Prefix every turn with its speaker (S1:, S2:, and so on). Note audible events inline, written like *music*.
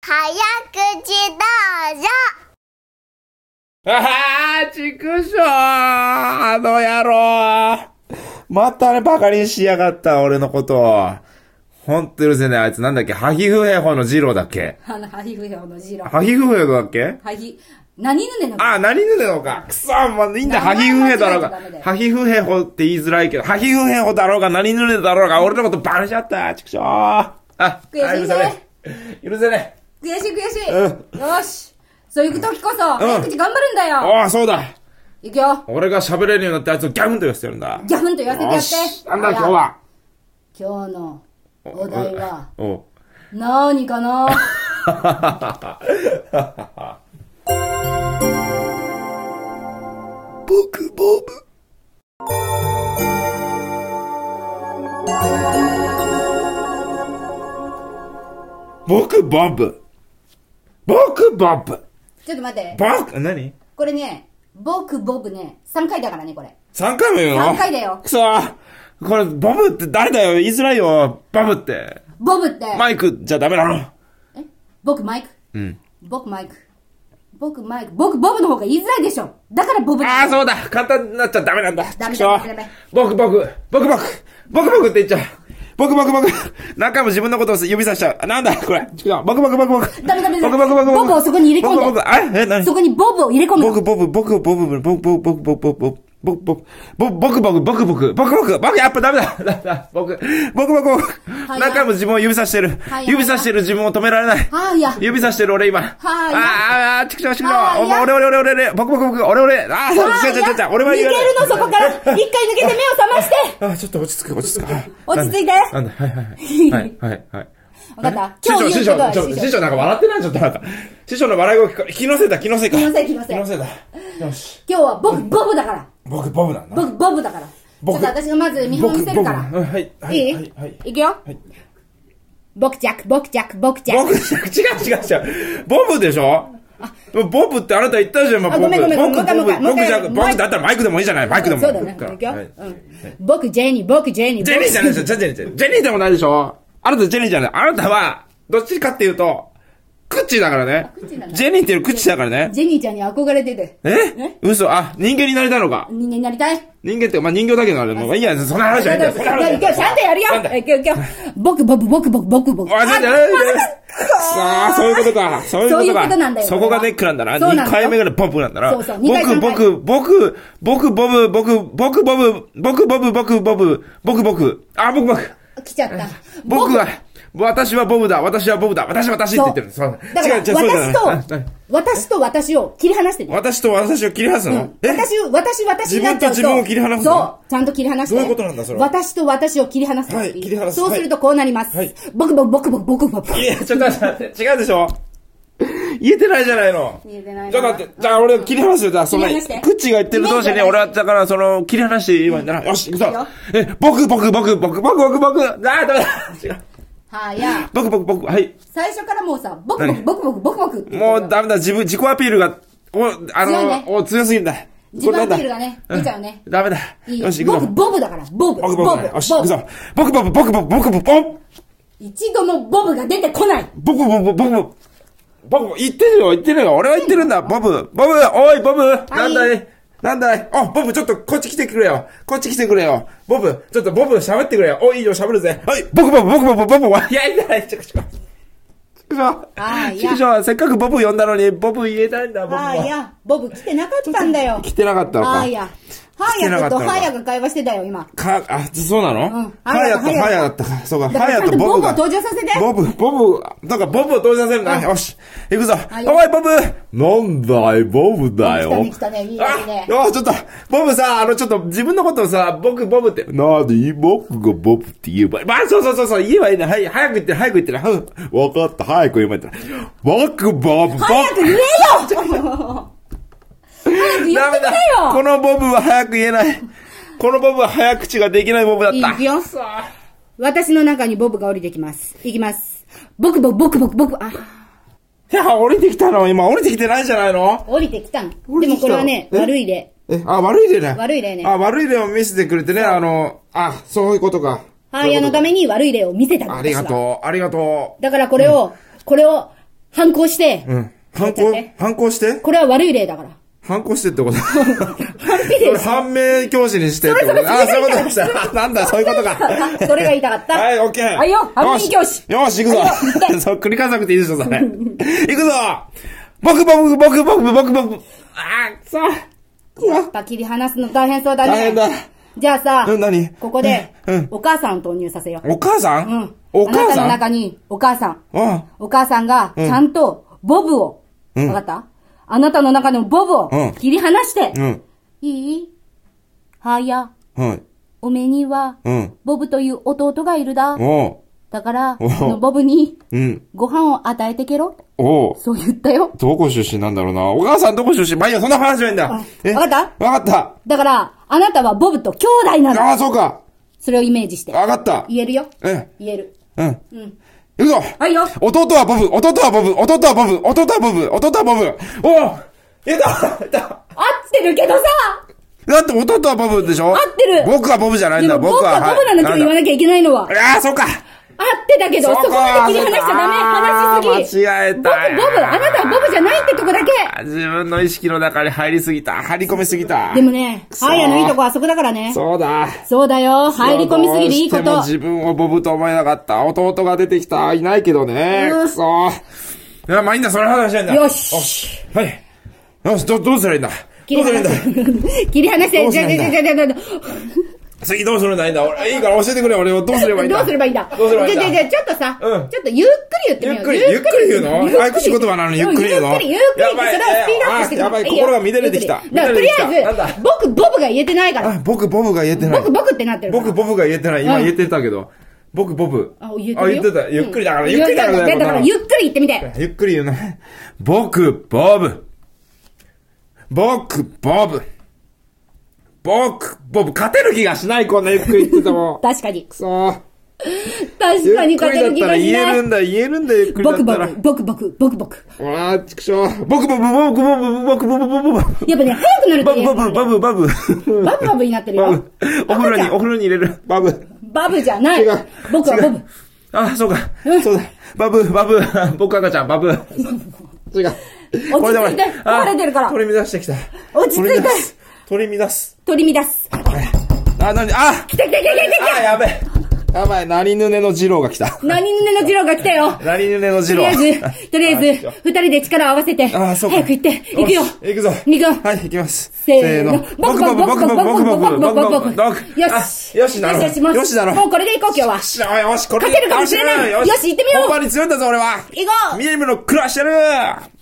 S1: 早口道
S2: ああ、ちくしょうあの野郎またね、バカにしやがった、俺のこと。ほんと許せない、あいつなんだっけ萩フヘホの二郎だっけ
S3: あの、ハヒフヘオのジロー。
S2: 萩フヘホだっけ
S3: ハヒ、何犬ねの
S2: ああ、何ぬねのか。くそ、まあ、いいんだ、ハ
S3: 名
S2: ヒ
S3: 前
S2: フヘ
S3: 間違えち
S2: だろ
S3: ゃ
S2: う
S3: ダ
S2: が
S3: メだよ。
S2: ハヒフヘホって言いづらいけど、ハヒフヘホだろうが、何ぬねだろうが、俺のことバカしちゃった、ちくしょうあ、あ許
S3: 悔しい
S2: せね
S3: ね
S2: え。許せねえ。
S3: 悔しい悔しい、
S2: う
S3: よしそういう時こそ、早口頑張るんだよ
S2: ああ、そうだ。
S3: いくよ
S2: 俺が喋れるようになってあいつをギャンと寄せてるんだ。
S3: ギャフンと言わせてや
S2: よ
S3: っ
S2: してなんだ今日は。
S3: 今日のお題は
S2: おう。
S3: 何かな
S2: 僕ボブ。僕ボブ。僕ボブ。
S3: ちょっと待って
S2: 僕、何
S3: これね僕ボブね3回だからねこれ
S2: ?3 回も言うの
S3: 三回だよ
S2: くそこれ、ボブって誰だよ言いづらいよ。ボブって。
S3: ボブって、
S2: マイクじゃダメなの
S3: え僕マイク
S2: うん。
S3: 僕マイク僕マイク僕ボブの方が言いづらいでしょだからボブ
S2: ああ、そううだ簡単になっちゃダメなんだ
S3: ダメ
S2: ちくしょう
S3: ダメダメ
S2: 僕僕僕僕僕僕って言っちゃう僕僕僕何回も自分のことを指さしちゃう。なんだこれちくしょう僕僕僕僕
S3: ダメダメダメ
S2: 僕僕僕僕
S3: ボブをそこに入れ込んで
S2: 僕僕あれえ何
S3: そこにボブを入れ込む
S2: 僕僕僕僕僕僕僕僕僕僕僕僕僕僕僕僕僕僕僕やっぱダメだだだ僕僕僕僕
S3: はい
S2: 何回も自分を指さしてる
S3: はい
S2: 指さしてる自分を止められない
S3: はいや
S2: 指さしてる俺今。あ
S3: はい
S2: あ、ああ、ちくしょう、ちくしょう。
S3: はい
S2: お前俺、俺、俺、俺、俺、僕、僕、僕、俺、俺。ああ、違う、違う、違う、違う、俺は
S3: 抜け
S2: 言
S3: る
S2: わない
S3: のそこ *laughs* から一回抜けて目を覚 *laughs* まして
S2: ああ、ちょっと落ち着く、落ち着く。
S3: 落ち着いて
S2: なんだ、はい、はい、はい。はい、はい、はい。
S3: 分かっ
S2: 師
S3: た今
S2: 匠、
S3: 日
S2: 師
S3: 言うこ
S2: 匠、
S3: とは
S2: ちょ
S3: 師匠
S2: 師匠なんか笑ってない、ちょっとなんか。師匠の笑い声聞こえ、気のせいだ、気のせいか。
S3: 気のせい気のせい
S2: 気のせいだ。よし。
S3: 今日は僕ボブだから
S2: 僕、ボブなんだ。
S3: 僕ボブだからちょ
S2: 僕
S3: っと私がまず見本見せるから
S2: 僕僕うんはい、はいい、
S3: い、
S2: はい
S3: い
S2: はい。
S3: くよ、
S2: はい
S3: 僕ジャック僕ジャック僕ジャッ
S2: 僕、
S3: ク
S2: 違う、違う、違う。ボブでしょボブってあなた言ったじゃん、今
S3: あ
S2: ボブ。
S3: ごめんごめん
S2: ボブ
S3: もう一回
S2: ボブ
S3: もう一回もう
S2: 僕
S3: 一
S2: じゃ
S3: 回
S2: 僕だったらマイクでもいいじゃない、マイクでも。
S3: そうだね
S2: から
S3: いくよ、
S2: はい
S3: うん僕ジェニー僕ジェニー
S2: ジェニーじゃないで
S3: 僕
S2: しょ、ジェニーじゃない。ジェニーでもないでしょあなたジェニーじゃない。あなたは、どっちかっていうと、クッチーだからね
S3: クッチーなん。だ
S2: ジェニーっていうよりクッチーだからね。
S3: ジェニーちゃんに憧れてて
S2: え嘘あ、人間になりたいのか。
S3: 人間になりたい
S2: 人間って、まあ、人形だけど、あれ、もういいや、そんな話じゃないんだよ。そんな話じゃないんだ
S3: 今
S2: よ
S3: 日ちゃんとやるよ
S2: なんだ
S3: え今日今日僕僕僕僕僕僕
S2: あ、じゃじゃ
S3: あ
S2: さあ、そういうことか。そういうこと
S3: そういう
S2: か。
S3: ことなんだよ
S2: そこがネックなんだな。
S3: そうなんだよ
S2: 2回目からボブなんだな。
S3: そうそう二回三回
S2: 僕、僕、僕、僕、ボブ、僕、僕、ボブ、僕、ボブ、僕、ボブ、僕、僕。あ、僕、僕。
S3: 来ちゃった
S2: 僕は、私はボブだ、私はボブだ、私は私って言ってる。そ
S3: そううだから
S2: 違う違うそうじゃない
S3: 私と
S2: ああ
S3: 私と私を切り離してる
S2: 私と私を切り離すの、え
S3: 私を、私、私になっち
S2: 自分と
S3: ゃうと。
S2: 自分を切り離すの
S3: そう。ちゃんと切り離して。
S2: どういうことなんだそれは
S3: 私と私を切り離す。
S2: はい切り離す
S3: そうするとこうなります。
S2: はい
S3: 僕、僕、僕、僕、僕、僕。
S2: いや、ちょっと待って、違うでしょ言えてないじゃないの。
S3: 言えてないな
S2: ちょっと待って、じゃあ俺切り離すよ。じゃあその、
S3: 切
S2: ク
S3: り離
S2: ッ
S3: して
S2: チーが言ってる通り
S3: 切り離し
S2: に
S3: て
S2: 俺はだからその、切り離して言えばいいんだな。よし、行く
S3: いい
S2: ぞ
S3: よ。
S2: え、僕、僕、僕、僕、僕、僕、僕、あー、ダメだ。違う。
S3: はい、や。
S2: 僕、僕、僕、はい。
S3: 最初からもうさ、僕、
S2: 何
S3: 僕、僕、僕、僕、僕って。
S2: もうダメだ、自分、自己アピールが、お、あ
S3: 強いね
S2: の、お、強すぎんだ。
S3: 自己アピール
S2: これ
S3: がね、
S2: なんだ
S3: 出ちゃうね。
S2: んダメだ。
S3: いい
S2: よし、行く
S3: 僕、
S2: ぞ。
S3: ボブだから。ボブ。ボ
S2: 僕
S3: ブ。
S2: 僕よし、行くぞ。僕僕僕僕僕僕僕
S3: 一度もボブが出てこない。
S2: 僕僕僕僕僕言ってるよ言ってるよ俺は言ってるんだボブボブおいボブなんだいなんだいあボブちょっとこっち来てくれよこっち来てくれよボブちょっとボブ喋ってくれよおいいいよ喋るぜはい僕僕僕僕僕僕いやいやいやちょくちょくちくしょう
S3: あい
S2: ち
S3: や
S2: くしょうせっかくボブ呼んだのにボブ言えないんだ僕
S3: ああ、い
S2: は
S3: や。ボブ来てなかったんだよ。
S2: 来てなかったのか
S3: ああ、いや。
S2: 来てなかったの
S3: 早くと
S2: か
S3: 早く会話してたよ、今。
S2: か、あ、そうなの
S3: うん
S2: ハヤと
S3: ハヤト
S2: ハヤだったか。そうか、
S3: だか
S2: ハ
S3: ら
S2: ヤとボブが。
S3: ちゃんとボブを登場させて
S2: ボブ、ボブ、だからボブを登場させるんだ。よし、行くぞ。
S3: い
S2: おい、ボブなんだい、ボブだよ。
S3: 来たね来たねいいねいいね
S2: あ、よちょっと、ボブさ、あの、ちょっと、自分のことをさ、僕、ボブって。なに、僕がボブって言えばいい。まあ、そうそうそう、そう言えばいいんだ。はい、早く言ってる、早く言ってる。うんわかった、早く言えばいいんだ。僕、ボブ、僕。
S3: 早く言えよ
S2: ダメ
S3: 早く言ってくれ
S2: だ
S3: よ
S2: このボブは早く言えない。このボブは早口ができないボブだっ
S3: い
S2: た。
S3: くよ。私の中にボブが降りてきます。いきます。僕僕僕僕僕、あ、
S2: いや、降りてきたの今、降りてきてないじゃないの
S3: 降りてきたの。で
S2: 降りて
S3: も
S2: きた
S3: これはね、
S2: え
S3: 悪い例。
S2: え、あ、悪い例ね。
S3: 悪い例ね
S2: あ、悪い例を見せてくれてね、あの、あ、そういうことか。
S3: ハーヤのために悪い例を見せたの
S2: ありが
S3: 私は
S2: とう、ありがと
S3: だからこれを、これを、反抗して、
S2: うん。
S3: やっ
S2: 反
S3: ちゃっ
S2: 抗
S3: て、
S2: 反抗して
S3: これは悪い例だから。
S2: 反抗してってこと
S3: 反比
S2: そ
S3: 例
S2: れ *laughs* 反面教師にしてってこと
S3: それそれ
S2: あ、そういうことでした。 *laughs* なんだ、そういうことか。
S3: それが言いたかった。
S2: *laughs* はい、オッケー。
S3: はいよ、反面教師。
S2: よしよし、行 *laughs* くぞ。そう、繰り返さなくていいでしょ、
S3: *laughs*
S2: それ。行くぞ僕、僕、僕、僕、僕、僕。あー、くそ。
S3: やっぱ切り離すの大変そうだね。
S2: 大変だ
S3: じゃあさ、
S2: うん何
S3: ここで
S2: うん、
S3: お母さんを投入させよう。
S2: お母さん
S3: うん。
S2: お母
S3: あなたの
S2: さん
S3: 中に、お母さん。
S2: うん。
S3: お母さんが、ちゃんと、ボブを、
S2: うん
S3: わかったあなたの中のボブ
S2: うん
S3: を、切り離して、
S2: うん。
S3: いいはや、
S2: はい。
S3: おめには、
S2: うん。
S3: ボブという弟がいるだ。
S2: おう。
S3: だから、
S2: お
S3: そのボブに、
S2: うん。
S3: ご飯を与えてけろ。
S2: おう。
S3: そう言ったよ。
S2: どこ出身なんだろうな。お母さんどこ出身まあいいや、そんな話はいいんだ。
S3: うんわか
S2: たわかっ
S3: だから、あなたはボブと兄弟な
S2: た。
S3: の。
S2: ああ、そうか。
S3: それをイメージして。
S2: わかった。
S3: 言えるよ。
S2: え、
S3: 言える。
S2: うん。
S3: うん。
S2: 行くぞ
S3: はいよ。
S2: 弟はボブ弟はボブ弟はボブ弟はボブ弟はボブおう言えた言えた
S3: 合ってるけどさ
S2: だって弟はボブでしょ
S3: 合ってる
S2: 僕はボブじゃないん
S3: で
S2: だ、
S3: も僕は
S2: は。
S3: ボブなの今日言わ
S2: い。
S3: なきゃいけないのは。合っ
S2: ああ、そうか
S3: てたけど、そこまで切り離しちゃダメ
S2: あー
S3: 話しすぎ
S2: 間違えた
S3: 僕、ボブ、あなたはボブじゃないってとこだけ
S2: あ自分の意識の中に入りすぎた。入り込みすぎた。
S3: でもね、
S2: そー
S3: あやのいいとこはそこだからね。
S2: そうだ。
S3: そうだよ、入り込みすぎるいいこ
S2: ど
S3: と
S2: う。しても自分をボブと思えなかった。弟が出てきた。いないけどね。
S3: うん
S2: くそいや、まあいいんだ、それ話はいいんだ。
S3: よし。
S2: はい。よし、ど、どうすればいいんだ
S3: 切
S2: ど
S3: り
S2: うすればいいんだ
S3: 離せ。切り離
S2: ど
S3: せ。
S2: うす
S3: じ
S2: れ
S3: ゃ
S2: ばいい
S3: じ
S2: ん
S3: ゃ
S2: だ
S3: じゃじゃじゃ。
S2: 次どうすればいいんだ俺、いいから教えてくれ、俺をどうすればいいんだ
S3: どうすればいいんだ
S2: どうすればいいん
S3: じ
S2: だ
S3: ゃじゃじゃ、ちょっとさ、
S2: うん
S3: ちょっとゆっくり言ってみよう。
S2: ゆっくりゆっくり言うの
S3: ゆっくり
S2: 早口言葉なのにゆっくり言うの
S3: んゆっくり、ゆっくり
S2: やばい
S3: それをスピードアップしていくの
S2: やばい
S3: よ
S2: 心が乱れてきた
S3: ゆっくりだからとり
S2: 乱れてきた
S3: あ
S2: な
S3: え
S2: ん
S3: ず、僕、ボブが言えてないから。
S2: あ、僕、ボブが言えてない。
S3: 僕、僕ってなってるから。
S2: 僕、ボブが言えてない。今
S3: うん
S2: 言えてたけど。僕、ボブ。
S3: あ、言ってるよ。
S2: あた。ゆっくりだから、
S3: うん
S2: ゆっくりだから
S3: だから、ゆっくり言ってみて。。
S2: ゆっくり言うな。僕、ボブ。僕、ボブ。僕、ボブ。勝てる気がしない、こんなゆっくり言ってても
S3: 確かに
S2: く。そー。
S3: 確か
S2: ゆ
S3: に
S2: っく
S3: 勝
S2: り
S3: て
S2: だっ
S3: る気
S2: た
S3: が
S2: ら
S3: し
S2: 言え
S3: な
S2: る
S3: い。
S2: んだ、言えるんだ、ゆっくりだ
S3: 僕、
S2: ったら。
S3: 僕、僕、僕、僕、僕。
S2: ほら、ちくしょう。僕、ボブ、ボブ、ボブ、ボブ、ボブ、ボブ、ボブ。
S3: やっぱね、早くなる
S2: バ
S3: と
S2: ブバ
S3: ね
S2: ブバブバブ。
S3: バブバブになってる
S2: バ
S3: よ
S2: ブ。。お風呂に、お風呂に入れる。バブ。
S3: バブじゃない
S2: 違う。
S3: 僕は
S2: 違う
S3: ボブ。
S2: あ、そうか。そうだ。バブ、バブ。僕赤ちゃん、バブ。違う。
S3: 落ち着いて
S2: こ
S3: 壊れてるから
S2: あ取り乱してきた。
S3: 落ち着いて
S2: 取り乱す。取り乱す。
S3: 取り乱す。来
S2: あ、なに、あ
S3: た来た来た来た来
S2: あ、やべえ。やばい、なりぬねの二郎が来た。
S3: た何ぬねの次郎が来たよ。
S2: なりぬねの二
S3: とり
S2: 郎
S3: あ。
S2: *laughs*
S3: えず、とりあえず、二人で力を合わせて、
S2: あ
S3: 早
S2: そう
S3: く
S2: か
S3: 行って、行くよ。
S2: 行くぞ。
S3: 行くよ
S2: はい、行きます。
S3: せーの。
S2: 僕僕僕僕僕僕僕僕
S3: よし。
S2: よしな
S3: よ
S2: ろ
S3: しよし、もう
S2: よしなろ
S3: もうこれで行こう、今日は。
S2: しよよし、これ
S3: 勝てるかもしれないよし行ってみよう
S2: 本番に強いんだぞ、俺は。
S3: 行こう
S2: ミエムのクラッシャル